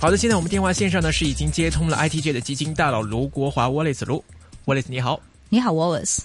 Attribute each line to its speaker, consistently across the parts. Speaker 1: 好的，现在我们电话线上呢是已经接通了 IT 界的基金大佬卢国华 Wallace 卢 Wallace 你好，
Speaker 2: 你好 Wallace，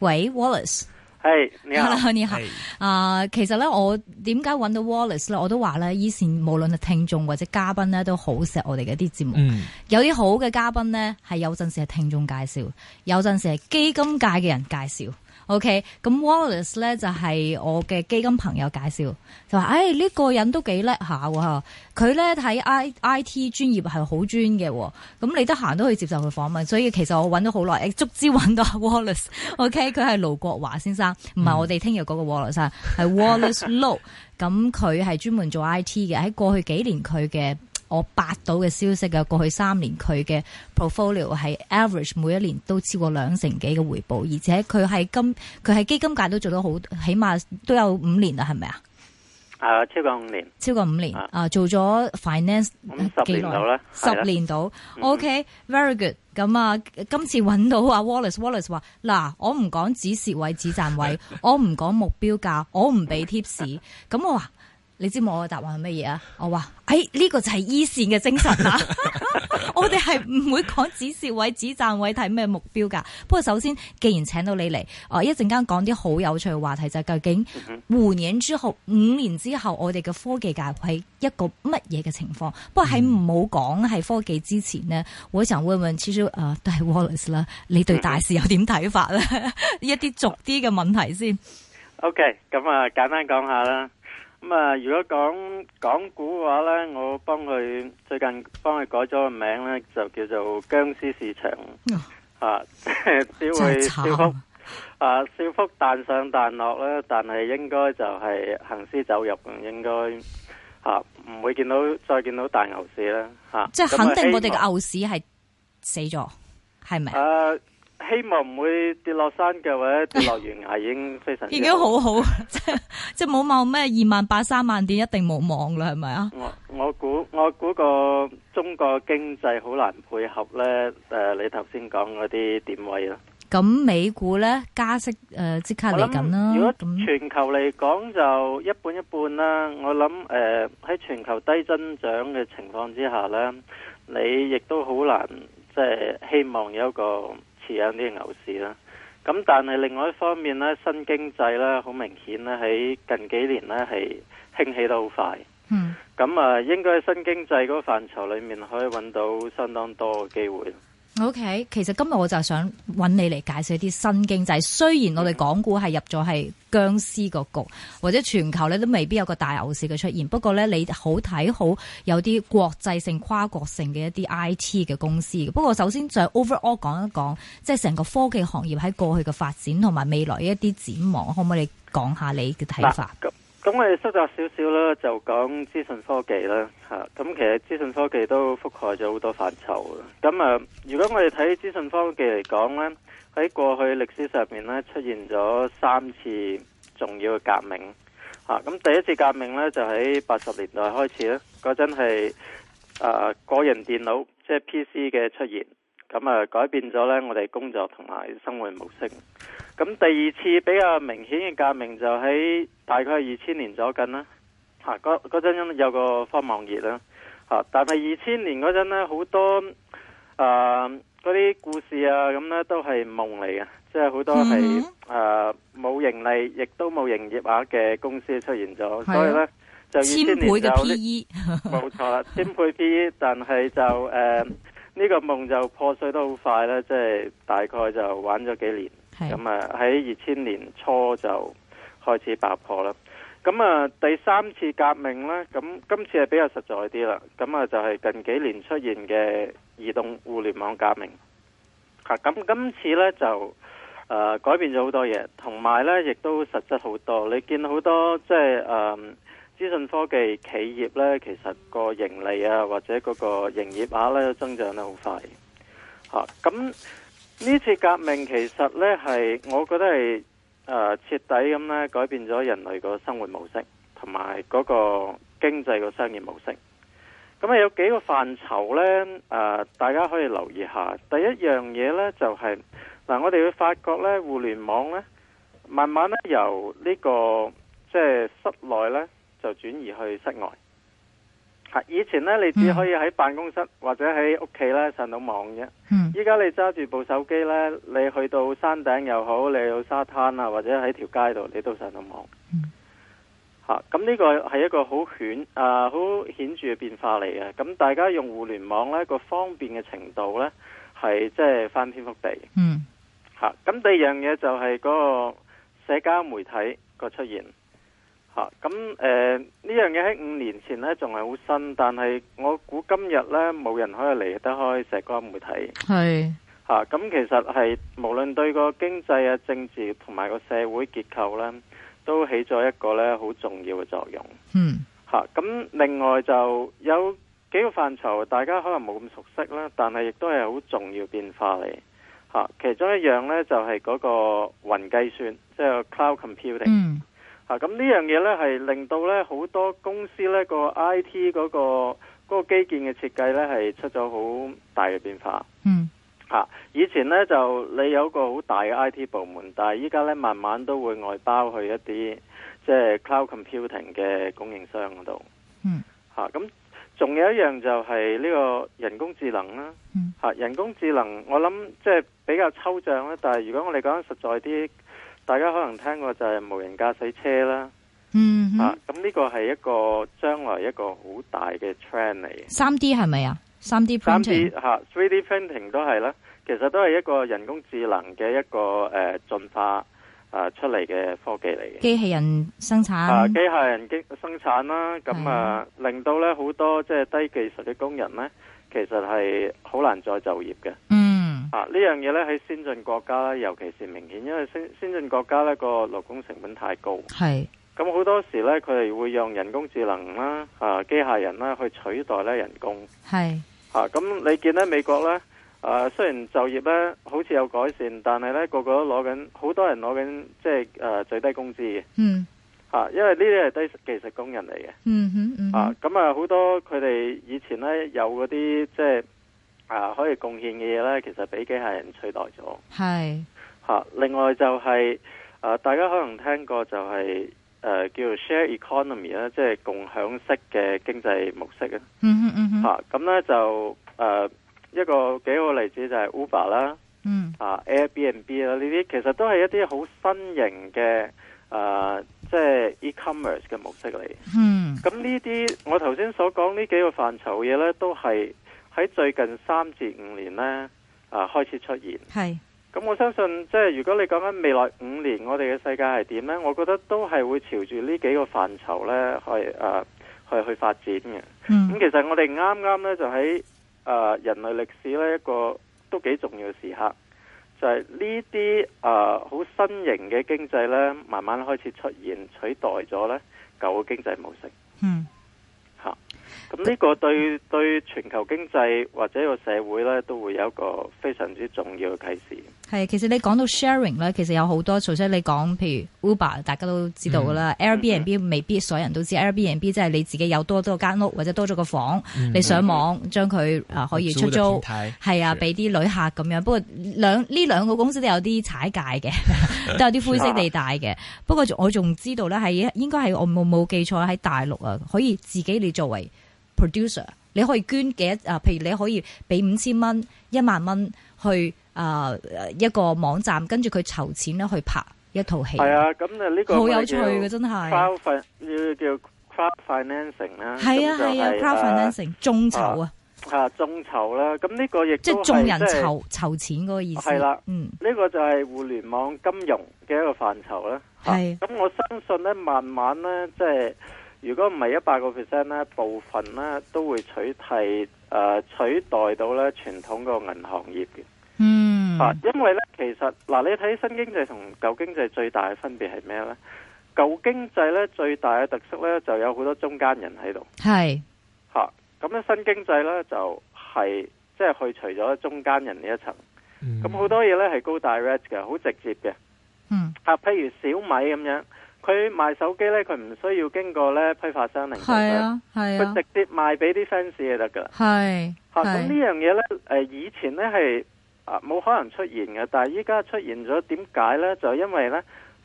Speaker 2: 喂 Wallace。
Speaker 3: 係你好，
Speaker 2: Hello，你好。
Speaker 1: 哎
Speaker 2: 啊、其實咧，我點解揾到 Wallace 咧？我都話咧，以前無論係聽眾或者嘉賓咧，都好錫我哋嘅啲節目。
Speaker 1: 嗯，
Speaker 2: 有啲好嘅嘉賓咧，係有陣時係聽眾介紹，有陣時係基金界嘅人介紹。OK，咁 Wallace 咧就係我嘅基金朋友介紹，就話：，誒呢個人都幾叻下喎，佢咧睇 I I T 專業係好專嘅喎，咁你得閒都可以接受佢訪問。所以其實我揾咗好耐，誒足之揾到阿 Wallace。OK，佢係盧國華先生，唔係我哋聽日嗰個 Wallace，啊係 Wallace Low。咁佢係專門做 I T 嘅，喺過去幾年佢嘅。我八到嘅消息嘅，過去三年佢嘅 portfolio 係 average 每一年都超過兩成幾嘅回報，而且佢係金佢喺基金界都做到好，起碼都有五年啦，係咪啊？
Speaker 3: 啊超過五年，
Speaker 2: 超過五年
Speaker 3: 啊
Speaker 2: 啊，做咗 finance 呃
Speaker 3: 咁十
Speaker 2: 幾
Speaker 3: 年
Speaker 2: 耐
Speaker 3: 到啦，係
Speaker 2: 十
Speaker 3: 啦
Speaker 2: 年到
Speaker 3: 嗯
Speaker 2: ，OK，very good。咁啊，今次揾到啊 Wallace，Wallace 話：嗱，我唔講止蝕位、止賺 位，我唔講目標價，我唔俾 tips。咁我話：你知唔知我嘅答案係乜嘢啊？我話：哎，呢、個就係 E 線嘅精神 啦。我哋係唔會講止蝕位、止賺位睇咩目標㗎。不過首先，既然請到你嚟，啊一陣間講啲好有趣嘅話題，就係究竟五年之後、五年之後，我哋嘅科技界係一個乜嘢嘅情況？不過喺冇講係科技之前呢，我想問問，其實啊、呃都係 Wallace 啦，你對大市有點睇法咧？ 一啲俗啲嘅問題先。
Speaker 3: OK，咁 à, 啊，簡單講下啦。咁啊，如果講港股嘅話呢，我幫佢最近幫佢改咗個名呢，就叫做僵屍市場啊， 只
Speaker 2: 真
Speaker 3: 會
Speaker 2: 係
Speaker 3: 小幅
Speaker 2: 慘，
Speaker 3: 啊，小幅彈上彈落啦，但係應該就係行屍走肉，應該吓唔會見到再見到大牛市啦吓。
Speaker 2: 即係
Speaker 3: 咁
Speaker 2: 肯
Speaker 3: 啊
Speaker 2: 定我哋
Speaker 3: 希
Speaker 2: 嘅
Speaker 3: 望
Speaker 2: 牛市係死咗，係咪？
Speaker 3: 誒，希望唔會跌落山腳或者跌落懸崖，已經非常之
Speaker 2: 已經好好， 即係即係冇望咩二萬八三萬點一定冇望啦，係咪啊？
Speaker 3: 我我估我估個中國經濟好難配合呢。誒、你頭先講嗰啲點位啦。
Speaker 2: 咁美股咧加息誒即刻
Speaker 3: 我
Speaker 2: 嚟緊啦
Speaker 3: 諗如果，
Speaker 2: 咁
Speaker 3: 全球嚟講就一半一半啦。我諗誒喺全球低增長嘅情況之下呢，你亦都好難即係希望有一個似樣啲嘅牛市啦。咁但係另外一方面呢，新經濟呢，好明顯呢，喺近幾年呢係興起得好快。
Speaker 2: 嗯
Speaker 3: 咁啊，應該喺新經濟嗰個範疇裏面可以揾到相當多嘅機會。
Speaker 2: OK，其實今日我就想揾你嚟介紹啲新經濟。雖然我
Speaker 3: 嗯
Speaker 2: 哋港股係入咗係僵屍個局，或者全球咧都未必有個大牛市嘅出現。不過咧，你好睇好有啲國際性、跨國性嘅一啲 IT 嘅公司。不過首先就 overall 講一講，即係成個科技行業喺過去嘅發展同埋未來一啲展望，可唔可以講下你嘅睇法？
Speaker 3: 嗱咁咁我哋收集少少啦，就講資訊科技啦嚇。咁、其實資訊科技都覆蓋咗好多範疇啦。咁啊，如果我哋睇資訊科技嚟講呢，喺過去歷史上面呢，出現咗三次重要嘅革命嚇。咁、第一次革命呢，就喺八十年代開始啦，嗰陣係誒個人電腦即係 PC 嘅出現，咁啊改變咗呢我哋工作同埋生活模式。咁第二次比較明顯嘅革命就喺大概二千年左近啦，嚇嗰嗰陣有個科網熱啦，嚇、但係二千年嗰陣咧好多啊嗰啲故事啊咁咧都係夢嚟嘅，即係好多係
Speaker 2: 嗯
Speaker 3: 誒冇盈利，亦都冇營業額嘅公司出現咗，
Speaker 2: 係啊
Speaker 3: 所以咧就二千
Speaker 2: 千
Speaker 3: 年
Speaker 2: 倍
Speaker 3: 就
Speaker 2: 嘅 E，
Speaker 3: 呢
Speaker 2: PE，
Speaker 3: 冇錯啦，千倍 P，但係就誒呢、個夢就破碎得好快啦，即係大概就玩咗幾年。
Speaker 2: 係
Speaker 3: 咁啊喺二千年初就開始爆破啦。咁啊第三次革命呢，咁今次係比較實在啲啦。咁啊就係近幾年出現嘅移動互聯網革命。嚇、咁今次呢，就誒、呃改變咗好多嘢，同埋呢亦都實質好多。你見好多即係誒。呃資訊科技企業呢，其實個盈利啊，或者嗰個營業額呢，增長得好快。嚇、咁呢呃次革命其實呢係，我覺得係誒、呃、徹底咁咧改變咗人類個生活模式，同埋嗰個經濟個商業模式。咁啊有幾個範疇呢，誒、呃、大家可以留意下。第一樣嘢呢，就係、呃嗱，我哋會發覺呢，互聯網呢，慢慢咧呃由呢、個即係室內呢，就轉移去室外。係以前呢，你只可以喺辦公室或者喺屋企呢上到網啫。
Speaker 2: 嗯
Speaker 3: 依家你揸住部手機呢，你去到山頂又好，你去到沙灘啊，或者喺條街度，你都上到網
Speaker 2: 嗯。
Speaker 3: 吓、咁呢個係一個好顯啊好顯著嘅變化嚟嘅。咁大家用互聯網呢個方便嘅程度呢，係即係翻天覆地嘅。
Speaker 2: 嗯
Speaker 3: 吓、咁第二樣嘢就係嗰個社交媒體個出現。吓、咁诶呢樣嘢喺五年前呢仲係好新，但係我估今日呢，冇人可以離得開社交媒體。
Speaker 2: 係
Speaker 3: 吓、啊咁其實係無論對個經濟啊、政治同埋個社會結構呢，都起咗一個呢好重要嘅作用。
Speaker 2: 嗯
Speaker 3: 吓、咁另外就有幾個範疇，大家可能冇咁熟悉啦，但係亦都係好重要變化嚟。吓、其中一樣呢，就係嗰個雲計算，即係 cloud computing。
Speaker 2: 嗯
Speaker 3: 吓、咁呢樣嘢呢，係令到呢好多公司呢個 I T 嗰、個嗰、個基建嘅設計呢，係出咗好大嘅變化。
Speaker 2: 嗯
Speaker 3: 吓、啊以前呢，就你有個好大嘅 I T 部門，但係依家呢，慢慢都會外包去一啲即係 cloud computing 嘅供應商嗰度。
Speaker 2: 嗯
Speaker 3: 吓，咁仲有一樣就係呢個人工智能啦。
Speaker 2: 嗯
Speaker 3: 吓、人工智能我諗即係比較抽象啦，但係如果我哋講得實在啲，大家可能聽過就係無人駕駛車啦。
Speaker 2: 嗯
Speaker 3: 吓、咁呢個係一個將來一個好大嘅 trend 嚟嘅。
Speaker 2: 三 D 係咪啊？三 D
Speaker 3: 三 D
Speaker 2: printing
Speaker 3: 吓，three D printing 都係啦，其實都係一個人工智能嘅一個诶进、進化诶、呃出嚟嘅科技嚟嘅。
Speaker 2: 機器人生
Speaker 3: 啊，
Speaker 2: 產
Speaker 3: 機械人經生產啦，咁啊，令到咧好多即係低技術嘅工人咧，其實係好難再就業嘅。
Speaker 2: 嗯
Speaker 3: 啊，呢樣嘢咧喺先進國家咧，尤其是明顯，因為先先進國家咧個勞工成本太高，
Speaker 2: 係
Speaker 3: 咁好多時咧佢哋會用人工智能啦、啊機械人啦去取代咧人工。
Speaker 2: 係
Speaker 3: 啊，咁你見咧美國咧，啊雖然就業咧好似有改善，但係咧個個都攞緊，好多人攞緊即係誒最低工資嘅。
Speaker 2: 嗯
Speaker 3: 啊，因為呢啲係低技術工人嚟嘅。
Speaker 2: 嗯哼嗯
Speaker 3: 啊
Speaker 2: 哼，
Speaker 3: 咁啊，好多佢哋以前咧有嗰啲即係啊可以貢獻嘅嘢咧，其實俾機械人取代咗。
Speaker 2: 係
Speaker 3: 吓、另外就係啊大家可能聽過就係呃叫做 share economy 啦，即係共享式嘅經濟模式啊。
Speaker 2: 嗯哼嗯哼
Speaker 3: 吓、咁咧就诶一個幾好例子就係 Uber 啦，
Speaker 2: 嗯
Speaker 3: 啊 Airbnb 啦，呢啲其實都係一啲好新型嘅诶即係 e-commerce 嘅模式嚟。
Speaker 2: 嗯
Speaker 3: 咁呢啲我頭先所講呢幾個範疇嘅嘢呢，都係喺最近三至五年呢啊開始出現。
Speaker 2: 係
Speaker 3: 咁我相信，即係如果你講緊未來五年我哋嘅世界係點呢？我覺得都係會朝住呢幾個範疇呢去誒、啊去去發展嘅。咁
Speaker 2: 嗯
Speaker 3: 其實我哋啱啱呢，就喺誒、啊人類歷史呢一個都幾重要嘅時刻，就係呢啲誒呃好新型嘅經濟呢，慢慢開始出現取代咗呢舊嘅經濟模式。
Speaker 2: 嗯
Speaker 3: 吓，咁呢個對對全球經濟或者個社會咧，都會有一個非常之重要嘅啟示。
Speaker 2: 係，其實你講到 sharing 咧，其實有好多，除咗你講，譬如 Uber 大家都知道噶啦、a i r b n b 未必所有人都知，Airbnb 即係你自己有多咗間屋或者多咗個房，
Speaker 1: 嗯
Speaker 2: 你上網將佢啊可以出
Speaker 1: 的平
Speaker 2: 租。
Speaker 1: 台
Speaker 2: 係啊，
Speaker 1: 是
Speaker 2: 俾啲旅客咁樣。不過兩呢兩個公司都有啲踩界嘅，都有啲灰色地帶嘅。不過我仲知道咧，係應該係我冇冇記錯喺大陸啊，可以自己你作為 producer，你可以捐幾多啊？譬如你可以俾五千蚊、一萬蚊去啊、呃一個網站，跟住佢籌錢咧去拍一套戲。
Speaker 3: 係，啊，咁啊呢個
Speaker 2: 好有趣嘅真
Speaker 3: 係
Speaker 2: 係。
Speaker 3: crowd fin 要呃叫 crowd financing 啦，
Speaker 2: 係啊
Speaker 3: 咁就
Speaker 2: 係啊
Speaker 3: 係
Speaker 2: ，crowd financing 眾籌啊，
Speaker 3: 啊啊眾籌啦，咁呢個亦
Speaker 2: 即
Speaker 3: 都
Speaker 2: 係
Speaker 3: 係
Speaker 2: 眾人
Speaker 3: 即係
Speaker 2: 籌籌錢嗰個意思。
Speaker 3: 係啦
Speaker 2: 嗯，
Speaker 3: 呢個就係互聯網金融嘅一個範疇啦。
Speaker 2: 係
Speaker 3: 咁我相信咧，慢慢咧，即係如果唔係一百個 percent 咧，部分咧都會取替誒、呃取代到咧傳統個銀行業嘅。
Speaker 2: 嗯，
Speaker 3: 啊，因為咧，其實嗱、你睇新經濟同舊經濟最大嘅分別係咩咧？舊經濟咧最大嘅特色咧，就有好多中間人喺度
Speaker 2: 係
Speaker 3: 嚇。咁咧新經濟咧就係即係去除咗中間人呢一層，
Speaker 1: 嗯
Speaker 3: 咁好多嘢咧係高 direct 嘅，好直接嘅。
Speaker 2: 嗯。
Speaker 3: 啊，譬如小米咁樣，佢賣手機咧，佢唔需要經過咧批發商零售
Speaker 2: 系
Speaker 3: 商，
Speaker 2: 啊，系
Speaker 3: 佢、
Speaker 2: 啊，
Speaker 3: 直接賣俾啲 fans 就得噶啦。
Speaker 2: 系
Speaker 3: 嚇、咁呢樣嘢咧，誒、以前咧係啊冇可能出現嘅，但係依家出現咗，點解咧？就因為咧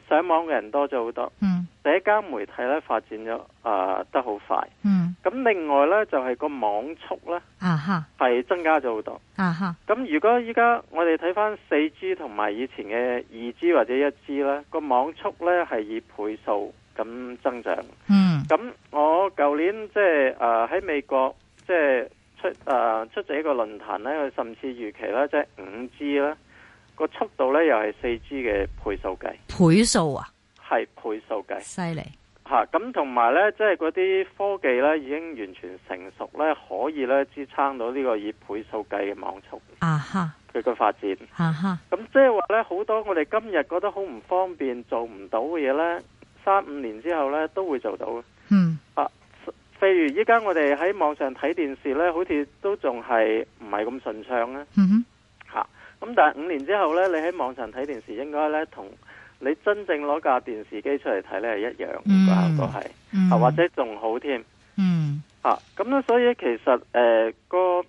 Speaker 3: 上網嘅人多咗好多，
Speaker 2: 嗯
Speaker 3: 社交媒體咧發展咗啊、得好快。
Speaker 2: 嗯，
Speaker 3: 咁另外呢，就係、個網速呢，
Speaker 2: 啊哈
Speaker 3: 係增加咗好多。
Speaker 2: 啊哈，
Speaker 3: 咁如果依家我哋睇翻四 G 同埋以前嘅二 G 或者一 G 呢，個網速呢係以倍數咁增長。
Speaker 2: 嗯
Speaker 3: 咁我舊年即係誒喺美國即係出誒、呃出咗一個論壇咧，佢甚至預期咧，即係五 G 咧個速度咧又係四 G 嘅倍數計，
Speaker 2: 倍數啊，
Speaker 3: 係倍數計
Speaker 2: 犀利，
Speaker 3: 嚇。咁同埋咧，即係嗰啲科技咧已經完全成熟咧，可以咧支撐到呢個以倍數計嘅網速
Speaker 2: 啊哈
Speaker 3: 佢嘅發展。
Speaker 2: 啊哈，
Speaker 3: 咁即係話咧，好多我哋今日覺得好唔方便做唔到嘅嘢咧，三五年之後咧都會做到嘅。啊
Speaker 2: 嗯
Speaker 3: 譬如依家我哋喺網上睇電視呢，好似都仲係唔係咁順暢咧
Speaker 2: 嗯哼
Speaker 3: 嚇。咁但係五年之後呢，你喺網上睇電視應該呢，同你真正攞架電視機出嚟睇呢係一樣
Speaker 2: 嗯
Speaker 3: 個效果係，
Speaker 2: 嗯，
Speaker 3: 啊或者仲好添
Speaker 2: 嗯
Speaker 3: 嚇。啊咁咧，所以其實誒個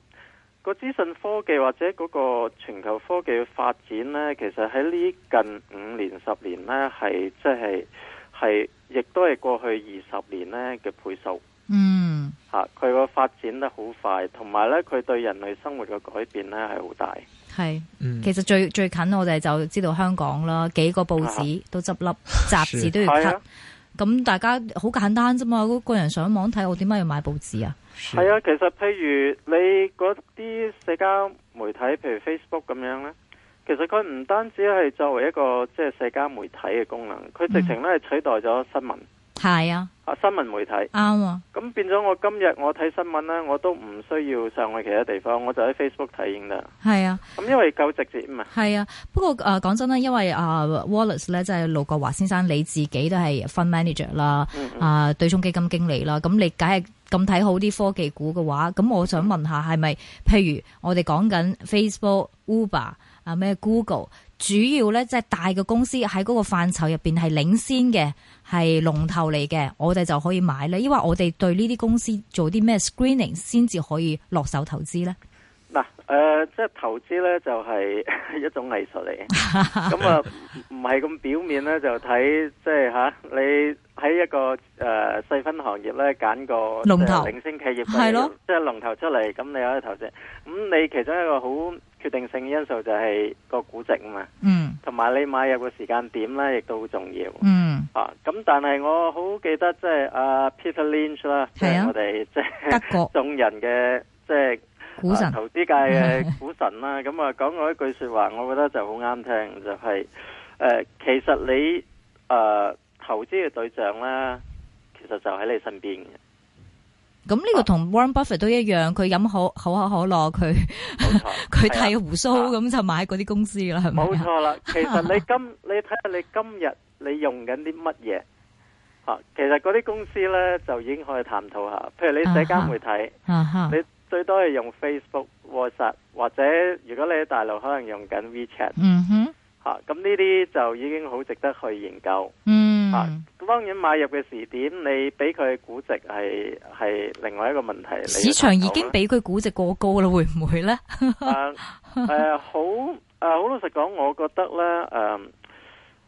Speaker 3: 個資訊科技或者嗰個全球科技嘅發展呢，其實喺呢近五年十年呢，係即係係亦都係過去二十年呢嘅倍數。
Speaker 2: 嗯
Speaker 3: 吓，佢個發展得好快，同埋咧佢對人類生活嘅改變咧係好大。
Speaker 2: 係。
Speaker 1: 嗯，
Speaker 2: 其實最最近我哋就知道香港啦，幾個報紙都執笠，雜誌都要
Speaker 3: 啊係
Speaker 2: cut
Speaker 3: 啊。，
Speaker 2: 咁大家好簡單啫嘛，嗰個人上網睇，我點解要買報紙啊？
Speaker 1: 是
Speaker 3: 係啊，其實譬如你嗰啲社交媒體，譬如 Facebook 咁樣咧，其實佢唔單止係作為一個即係社交媒體嘅功能，佢直情咧係取代咗新聞
Speaker 2: 係啊，
Speaker 3: 啊新聞媒體。
Speaker 2: 啱啊，
Speaker 3: 咁變咗我今日我睇新聞咧，我都唔需要上去其他地方，我就喺 Facebook 睇影啦。
Speaker 2: 係啊，
Speaker 3: 咁因為夠直接啊嘛。
Speaker 2: 係啊。不過誒講真啦，因為啊 Wallace 咧，即係盧國華先生，你自己都係 fund manager 啦，
Speaker 3: 嗯嗯
Speaker 2: 啊對沖基金經理啦，咁你梗係咁睇好啲科技股嘅話，咁我想問下係咪？譬如我哋講緊 Facebook、Uber 啊咩 Google，主要咧即係大嘅公司喺嗰個範疇入邊係領先嘅，係龍頭嚟嘅，我哋就可以買咧。因為我哋對呢啲公司做啲咩 screening 先至可以落手投資咧。
Speaker 3: 嗱，誒、呃即係投資咧，就係、 一種藝 術嚟嘅。咁啊，唔唔係咁表面咧，就睇即係吓，你喺一個誒、呃、細分行業咧，揀個
Speaker 2: 龍頭
Speaker 3: 即係領先企業嘅
Speaker 2: 係咯，
Speaker 3: 即係龍頭出嚟，咁你可以投資。咁你其中一個好決定性嘅因素就係個估值啊嘛，
Speaker 2: 嗯
Speaker 3: 同埋你買入個時間點咧，亦都好重要。
Speaker 2: 嗯，
Speaker 3: 啊，咁但係我好記得即係阿 Peter Lynch 啦，即
Speaker 2: 係
Speaker 3: 係
Speaker 2: 啊
Speaker 3: 我哋即
Speaker 2: 德
Speaker 3: 係
Speaker 2: 國
Speaker 3: 眾人嘅即係。
Speaker 2: 股神
Speaker 3: 啊投資界嘅 股神啦，咁啊講過一句說話，我覺得就好啱聽，就係、呃其實你誒、呃投資嘅對象咧，其實就喺你身邊嘅，
Speaker 2: 咁呢
Speaker 3: 啊
Speaker 2: 個同 Warren Buffett 都一樣，佢飲 可可口可樂，佢。
Speaker 3: 冇 錯
Speaker 2: 佢
Speaker 3: 係
Speaker 2: 剃
Speaker 3: 啊
Speaker 2: 胡鬚咁就買嗰啲公司啦，係咪
Speaker 3: 冇
Speaker 2: 啊？
Speaker 3: 錯啦。其實你今你睇下你今日你用緊啲乜嘢啊？其實嗰啲公司咧就已經可以探討下，譬如你社交媒體。
Speaker 2: 啊哈，
Speaker 3: 你最多係用 Facebook、WhatsApp，或者如果你喺大陸可能用緊 WeChat
Speaker 2: 嗯哼，
Speaker 3: 吓、咁呢啲就已經好值得去研究。啊
Speaker 2: 嗯，，
Speaker 3: 當然買入嘅時點，你俾佢估值係係另外一個問題。你要啊
Speaker 2: 市場已經
Speaker 3: 探
Speaker 2: 俾佢估值過高啦，會唔會咧？
Speaker 3: 討 啦啊誒好誒好老實講，我覺得咧誒誒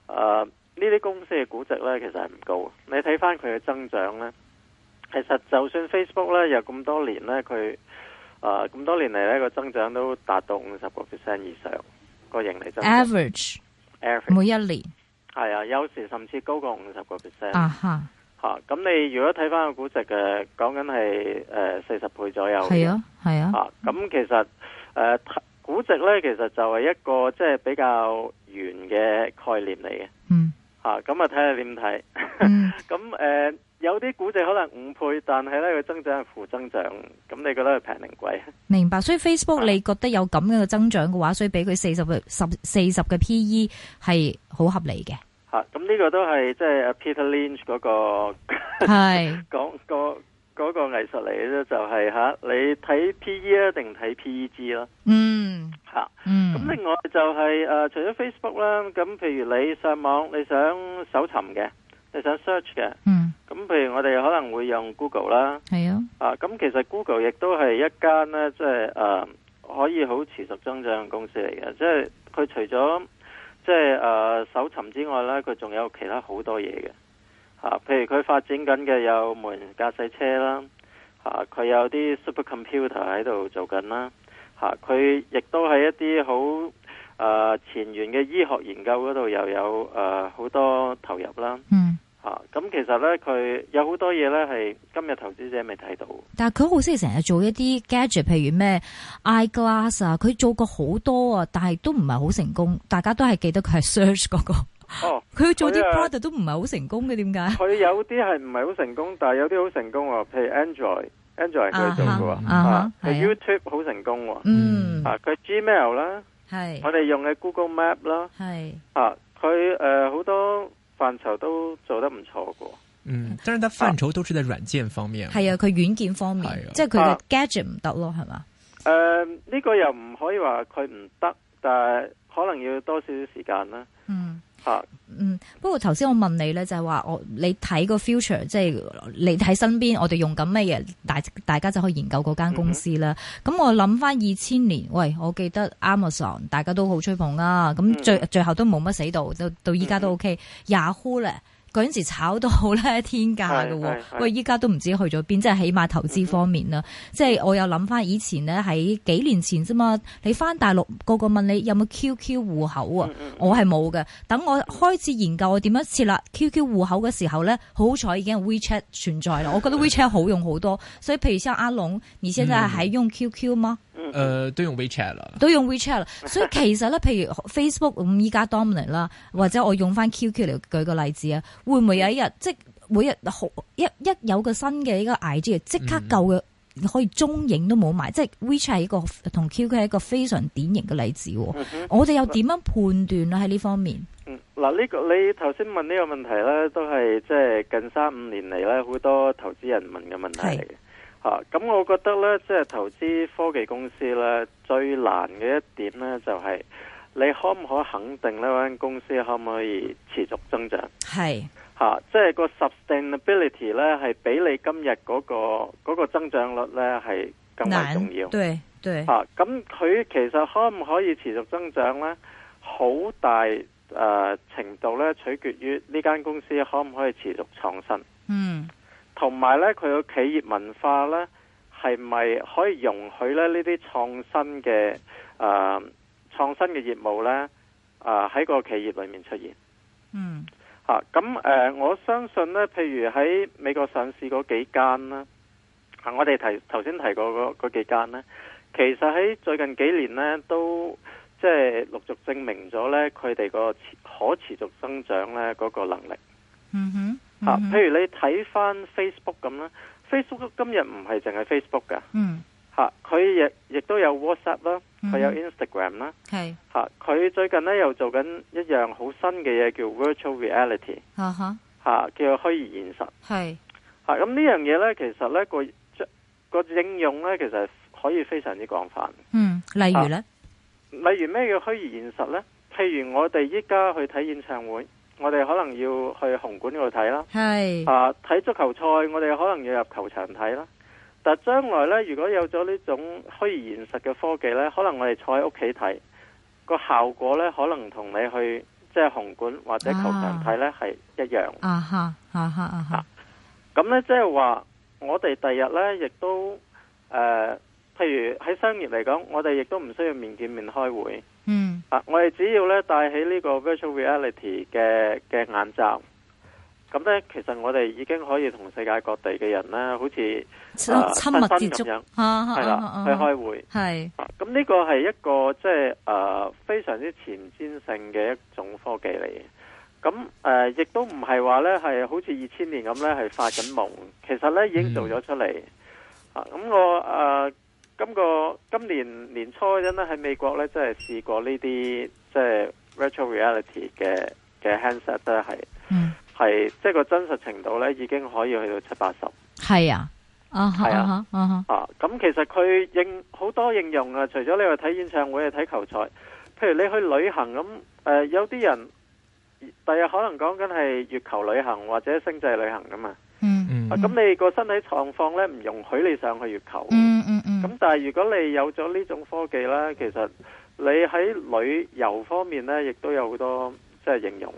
Speaker 3: 呢啲公司嘅估值咧其實係唔高。你睇翻佢嘅增長咧，其實就算 Facebook 咧有咁多年咧，佢誒咁多年嚟咧個增長都達到五十個 percent 以上個盈利增長。
Speaker 2: average
Speaker 3: average
Speaker 2: 每一年
Speaker 3: 係啊，有時甚至高過五十個 percent。
Speaker 2: 啊哈，
Speaker 3: 吓，咁你如果睇翻個估值嘅，講緊係誒四十倍左右。
Speaker 2: 係。啊係啊，
Speaker 3: 啊，咁其實誒估、值咧，其實就係一個即係、比較圓嘅概念嚟嘅。
Speaker 2: 嗯
Speaker 3: 吓，咁啊睇下點睇。
Speaker 2: 嗯
Speaker 3: 咁誒、有啲估值可能五倍，但係咧佢增長係負增長，咁你覺得佢平定貴？
Speaker 2: 明白。所以
Speaker 3: 啊
Speaker 2: Facebook 你覺得有咁樣嘅增長嘅話，所以俾佢四十嘅十四十嘅 PE 係好合理 嘅，
Speaker 3: 吓、咁呢個都係即係 Peter Lynch 嗰、個
Speaker 2: 係
Speaker 3: 講個嗰個藝術嚟嘅啫，就係、吓、你睇 PE 啊定睇 PEG 啦、
Speaker 2: 嗯
Speaker 3: 吓。
Speaker 2: 嗯
Speaker 3: 咁另外就係、呃除咗 Facebook 啦，咁譬如你上網你想搜尋嘅，你想 search 嘅，
Speaker 2: 嗯
Speaker 3: 咁譬如我哋可能會用 Google 啦，
Speaker 2: 係啊
Speaker 3: 啊，咁其實 Google 亦都係一間呢，呃即係誒可以好持續增長嘅公司嚟嘅，即係佢除咗即係誒搜尋之外呢，佢仲有其他好多嘢嘅嚇，譬如佢發展緊嘅有無人駕駛車啦，嚇、佢有啲 supercomputer 喺度做緊啦，嚇、佢亦都喺一啲好誒呃前沿嘅醫學研究嗰度又有誒好、多投入啦，
Speaker 2: 嗯，
Speaker 3: 嚇、咁其實呢，佢有好多嘢呢係今日投資者未睇到。
Speaker 2: 但係佢好似成日做一啲 gadget，譬如咩 eyeglass 啊，佢做過好多啊，但係都唔係好成功，大家都係記得佢係 search 嗰、個。
Speaker 3: 哦，
Speaker 2: 佢做啲
Speaker 3: 佢啊
Speaker 2: product 都唔係好成功嘅，點解？
Speaker 3: 佢有啲係唔係好成功，但係有啲好成功喎，譬如 Android。Android 佢做嘅喎，
Speaker 1: 啊
Speaker 2: 哈啊哈
Speaker 3: 佢
Speaker 2: 係
Speaker 3: YouTube 好成功喎，
Speaker 2: 嗯，
Speaker 3: 啊，佢 Gmail 啦，
Speaker 2: 係
Speaker 3: 我哋用嘅 Google Map 啦，
Speaker 2: 係
Speaker 3: 啊，佢誒好多範疇都做得唔錯嘅。
Speaker 1: 嗯，但是它范畴都是在软件方面。
Speaker 2: 係啊，佢軟件方
Speaker 1: 係
Speaker 2: 面
Speaker 1: 啊，
Speaker 2: 即係佢嘅
Speaker 3: 啊
Speaker 2: gadget 唔得咯，係嘛？
Speaker 3: 誒、呃呢個又唔可以話佢唔得，但係可能要多少少時間啦。啊
Speaker 2: 嗯。
Speaker 3: 嚇、
Speaker 2: 嗯，不過頭先我問你咧，就係話我你睇個 future，即係你睇身邊我哋用緊乜嘢，大大家就可以研究嗰間公司啦。咁、
Speaker 3: 嗯
Speaker 2: 我諗翻二千年，喂，我記得 Amazon 大家都好吹捧啊，咁最、
Speaker 3: 嗯
Speaker 2: 最後都冇乜死到，到到依家都 OK、Yahoo 咧。嗰陣時炒到咧天價嘅
Speaker 3: 係係
Speaker 2: 喎，
Speaker 3: 係嗯
Speaker 2: 喂！依家都唔知去咗邊，即係起碼投資方面啦。即係我又諗翻以前咧，喺幾年前啫嘛，你翻大陸個個問你有冇 QQ 戶口啊？
Speaker 3: 嗯嗯
Speaker 2: 我係冇嘅。等我開始研究我點樣設立 QQ 戶口嘅時候咧，好彩已經有 WeChat 存在啦。我覺得 WeChat 好用好多，所以譬如像阿龍，你現在還用 QQ 嗎？
Speaker 3: 嗯，
Speaker 1: 呃，都用 WeChat 了。
Speaker 2: 都用 WeChat 啦。所以其實咧，譬如 Facebook 咁依家 dominant 啦，或者我用翻 QQ 嚟舉個例子啊，會唔會有一日即係每日好一一有個新嘅一個 idea，即刻夠嘅可以中影都冇埋，即係 WeChat 係一個同 QQ 係一個非常典型嘅例子喎。
Speaker 3: 嗯哼
Speaker 2: 我哋又點樣判斷咧喺呢方面？
Speaker 3: 嗯嗱，呢、個你頭先問呢個問題呢，都係即係近三五年嚟呢，好多投資人問嘅問題嚟嘅。吓，咁、我覺得呢，即係投資科技公司呢，最難嘅一點呢，就係、你可唔可肯定呢間公司可唔可以持續增長？
Speaker 2: 係
Speaker 3: 吓、即係個 sustainability 呢，係比你今日嗰、個嗰、個增長率呢，係更為重要。啊
Speaker 2: 對對，
Speaker 3: 吓，咁佢、其實可唔可以持續增長呢？好大誒、呃程度呢，取決於呢間公司可唔可以持續創新，
Speaker 2: 嗯
Speaker 3: 同埋呢，佢嘅企業文化呢，係咪可以容許咧呢啲創新嘅誒、呃、創新嘅業務呢？啊喺個企業裏面出現
Speaker 2: 嗯
Speaker 3: 吓，咁、呃我相信呢，譬如喺美國上市嗰幾間啦。啊！我哋提頭先提過嗰嗰幾間呢，其實喺最近幾年呢，都即係陸續證明咗呢，佢哋個持可持續增長呢嗰個能力
Speaker 2: 嗯哼，
Speaker 3: 嚇、啊譬如你睇翻 Facebook 咁啦，Facebook 今日唔係淨係 Facebook 噶
Speaker 2: 嗯
Speaker 3: 嚇，佢亦亦都有 WhatsApp 啦，佢有
Speaker 2: 嗯
Speaker 3: Instagram 啦
Speaker 2: 係
Speaker 3: 嚇，佢、最近呢，又做緊一樣好新嘅嘢叫 Virtual Reality
Speaker 2: 啊哈
Speaker 3: 嚇、叫虛擬現實。
Speaker 2: 係
Speaker 3: 吓咁呢樣嘢呢，其實呢個將個應用呢，其實可以非常之廣泛。
Speaker 2: 嗯，例如
Speaker 3: 啊
Speaker 2: 咧
Speaker 3: 例如咩叫虛擬現實呢？譬如我哋依家去睇演唱會，我哋可能要去紅館嗰度睇啦。
Speaker 2: 係
Speaker 3: 啊，睇足球賽，我哋可能要入球場睇啦。但將來呢，如果有咗呢種虛擬現實嘅科技呢，可能我哋坐喺屋企睇個效果呢，可能同你去即係紅館或者球場睇呢係一樣。
Speaker 2: 啊哈啊哈啊哈，
Speaker 3: 咁呢，即係話我哋第日呢，亦都誒、呃譬如喺商業嚟講，我哋亦都唔需要面見面開會
Speaker 2: 嗯
Speaker 3: 啊！我哋只要呢戴起呢個 virtual reality 嘅嘅眼罩，咁呢，其實我哋已經可以同世界各地嘅人呢，好似
Speaker 2: 親
Speaker 3: 啊
Speaker 2: 親密接
Speaker 3: 親身
Speaker 2: 觸
Speaker 3: 咁樣
Speaker 2: 啊哈
Speaker 3: 係
Speaker 2: 啊
Speaker 3: 啦
Speaker 2: 哈
Speaker 3: 去
Speaker 2: 啊哈
Speaker 3: 開會。
Speaker 2: 係
Speaker 3: 啊咁呢個係一個即係誒非常之前瞻性嘅一種科技嚟嘅。咁誒、呃亦都唔係話呢係好似二千年咁呢係發緊夢，其實呢已經做咗出嚟。啊，咁我誒、呃今個今年年初嗰陣呢喺美國呢，真係試過呢啲即係 virtual reality 嘅嘅 handset 呢係
Speaker 2: 嗯
Speaker 3: 係即係個真實程度呢已經可以去到七八十。
Speaker 2: 係啊啊哈
Speaker 3: 係啊
Speaker 2: 啊哈啊哈
Speaker 3: 啊，咁其實佢應好多應用啊，除咗你去睇演唱會、去睇球賽，譬如你去旅行咁，誒、呃、有啲人第日可能講緊係月球旅行或者星際旅行噶嘛，
Speaker 2: 嗯
Speaker 1: 嗯
Speaker 3: 啊，咁你個身體狀況呢，唔容許你上去月球，咁、
Speaker 2: 嗯嗯嗯
Speaker 3: 但係如果你有咗呢種科技啦，其實你喺旅遊方面呢，亦都有好多即係形容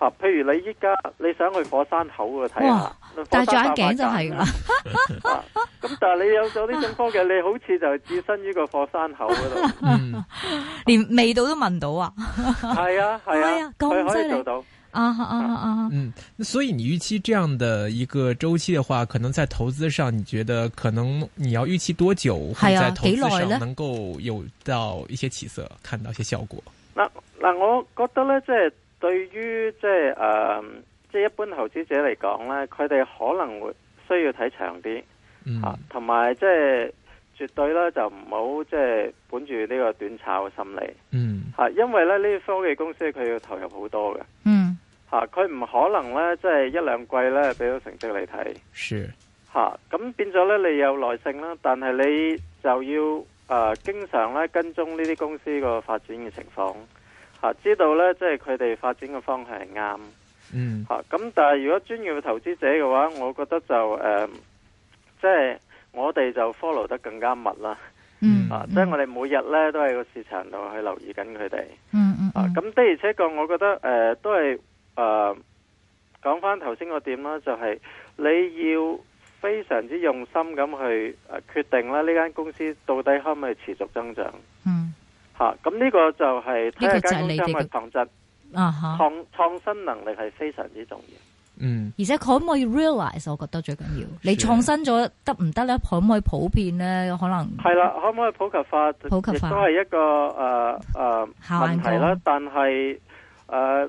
Speaker 3: 吓、啊譬如你依家你想去火山口嗰度睇
Speaker 2: 哇
Speaker 3: 下，
Speaker 2: 戴住
Speaker 3: 火
Speaker 2: 眼
Speaker 3: 山
Speaker 2: 鏡就
Speaker 3: 爆發
Speaker 2: 係
Speaker 3: 㗎
Speaker 2: 啦，
Speaker 3: 啊咁但係你有咗呢種科技，你好似就置身於個火山口嗰 度。
Speaker 1: 嗯，
Speaker 2: 連味道都聞到啊！
Speaker 3: 係啊係
Speaker 2: 係
Speaker 3: 啊
Speaker 2: 啊，咁
Speaker 3: 佢可
Speaker 2: 犀
Speaker 3: 以
Speaker 2: 利
Speaker 3: 做到。
Speaker 2: 啊哈啊哈啊哈！
Speaker 1: 嗯，那所以你预期这样的一个周期的话，可能在投资上，你觉得可能你要预期多久，会
Speaker 2: 是啊
Speaker 1: 在投资
Speaker 2: 几耐呢
Speaker 1: 上能够有到一些起色，看到一些效果？
Speaker 3: 嗱嗱，我覺得咧，即係對於即係誒，呃即係一般投資者嚟講咧，佢哋可能會需要睇長啲
Speaker 1: 嗯
Speaker 3: 嚇，同埋即係絕對咧就唔好即係本住呢個短炒嘅心理
Speaker 1: 嗯
Speaker 3: 嚇，因為咧呢啲科技公司佢要投入好多嘅
Speaker 2: 嗯
Speaker 3: 嚇，佢唔可能咧即係一兩季咧俾到成績你睇
Speaker 1: 是
Speaker 3: 嚇，咁變咗咧你有耐性啦，但係你就要誒、呃、經常咧跟蹤呢啲公司個發展嘅情況嚇，知道咧即係佢哋發展嘅方向係啱
Speaker 1: 嗯
Speaker 3: 嚇。咁但係如果專業嘅投資者嘅話，我覺得就誒、呃即係我哋就 follow 得更加密啦
Speaker 2: 嗯，嗯
Speaker 3: 嚇，啊即係我哋每日咧都喺個市場度去留意緊佢哋。
Speaker 2: 嗯嗯
Speaker 3: 啊
Speaker 2: 嗯，
Speaker 3: 咁的而且確，我覺得誒、呃都呃係誒講翻頭先個點啦，就係、你要非常之用心咁去誒決定啦，呢間公司到底可唔可以持續增長
Speaker 2: 嗯
Speaker 3: 嚇？咁、呢個就係睇
Speaker 2: 呢個就
Speaker 3: 下
Speaker 2: 係
Speaker 3: 間公
Speaker 2: 你
Speaker 3: 司
Speaker 2: 哋
Speaker 3: 可唔可以
Speaker 2: 嘅
Speaker 3: 創新
Speaker 2: 啊哈，
Speaker 3: 創創新能力係非常之重要。
Speaker 1: 嗯
Speaker 2: 而且可唔可以 realize？我覺得最緊要，你
Speaker 1: 是
Speaker 2: 創新咗得唔得咧？可唔可以普遍咧？可能
Speaker 3: 係啦，可唔可以普及化？
Speaker 2: 普及化
Speaker 3: 亦都係一個誒誒
Speaker 2: 下眼
Speaker 3: 問題
Speaker 2: 光
Speaker 3: 啦。但係誒呢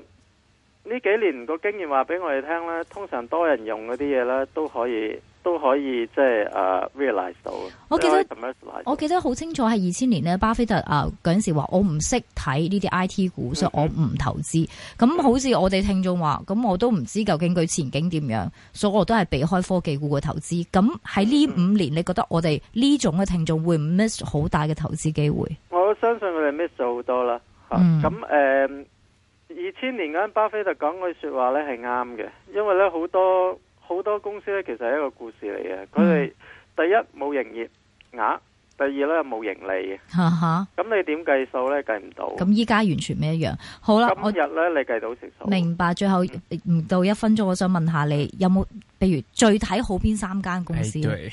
Speaker 3: 幾年個經驗話俾我哋聽咧，通常多人用嗰啲嘢咧都可以都可以即係誒 realize 到。
Speaker 2: 我記得
Speaker 3: 即係可以 commercialize 到
Speaker 2: 我記得好清楚係二千年咧，巴菲特啊嗰陣時話：我唔識睇呢啲 I T
Speaker 3: 嗯
Speaker 2: 股，所以我唔投資。咁好似我哋聽眾話，咁我都唔知究竟佢前景點樣，所以我都係避開科技股嘅投資。咁喺呢
Speaker 3: 嗯
Speaker 2: 五年，你覺得我哋呢種嘅聽眾會唔 miss 好大嘅投資機會？
Speaker 3: 我相信佢哋 miss 咗好多啦。嚇
Speaker 2: 嗯
Speaker 3: 咁誒，二千年嗰陣巴菲特講句説話咧係啱嘅，因為咧好多好多公司咧其實係一個故事嚟嘅。佢
Speaker 2: 嗯
Speaker 3: 哋第一冇營業額，第二咧冇盈利嘅。
Speaker 2: 哈哈！
Speaker 3: 咁你點計數咧？計唔到。
Speaker 2: 咁依家完全唔一樣。好啦，
Speaker 3: 今
Speaker 2: 我
Speaker 3: 日咧，你計到食數。
Speaker 2: 明白。最後唔到一分鐘，我想問下你有冇，譬如最睇好邊三間公
Speaker 1: 哎
Speaker 2: 司？
Speaker 1: 对，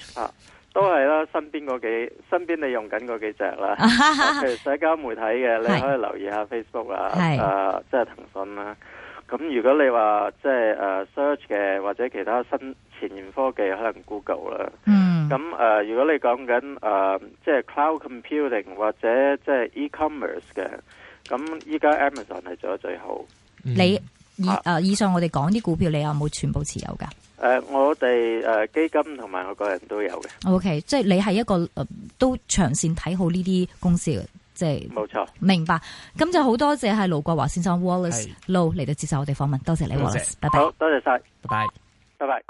Speaker 3: 都係啦，身邊嗰幾，身邊你用緊嗰幾隻啦。譬如社交媒體嘅，你
Speaker 2: 啊係
Speaker 3: 可以留意下 Facebook 啊，
Speaker 2: 係
Speaker 3: 啊，即係騰訊啦。咁如果你話即係誒 search 嘅，或者其他新前沿科技，可能 Google 啦。
Speaker 2: 嗯，
Speaker 3: 咁誒、呃如果你講緊誒，即係 cloud computing 或者即係 e-commerce 嘅，咁依家 Amazon 係做得最好。
Speaker 1: 嗯
Speaker 2: 你以
Speaker 3: 啊
Speaker 2: 誒以上我哋講啲股票，你有冇全部持有㗎？
Speaker 3: 誒、我哋誒、呃基金同埋我個人都有嘅，
Speaker 2: O、k 即係你係一個呃都長線睇好呢啲公司嘅，即係
Speaker 3: 冇錯。
Speaker 2: 明白。咁就好多謝係盧國華先生 Wallace
Speaker 1: 係
Speaker 2: Low 嚟到接受我哋訪問，多謝你
Speaker 1: 多謝
Speaker 2: Wallace，拜拜。
Speaker 3: 好多謝晒，
Speaker 1: 拜拜。
Speaker 3: 拜拜。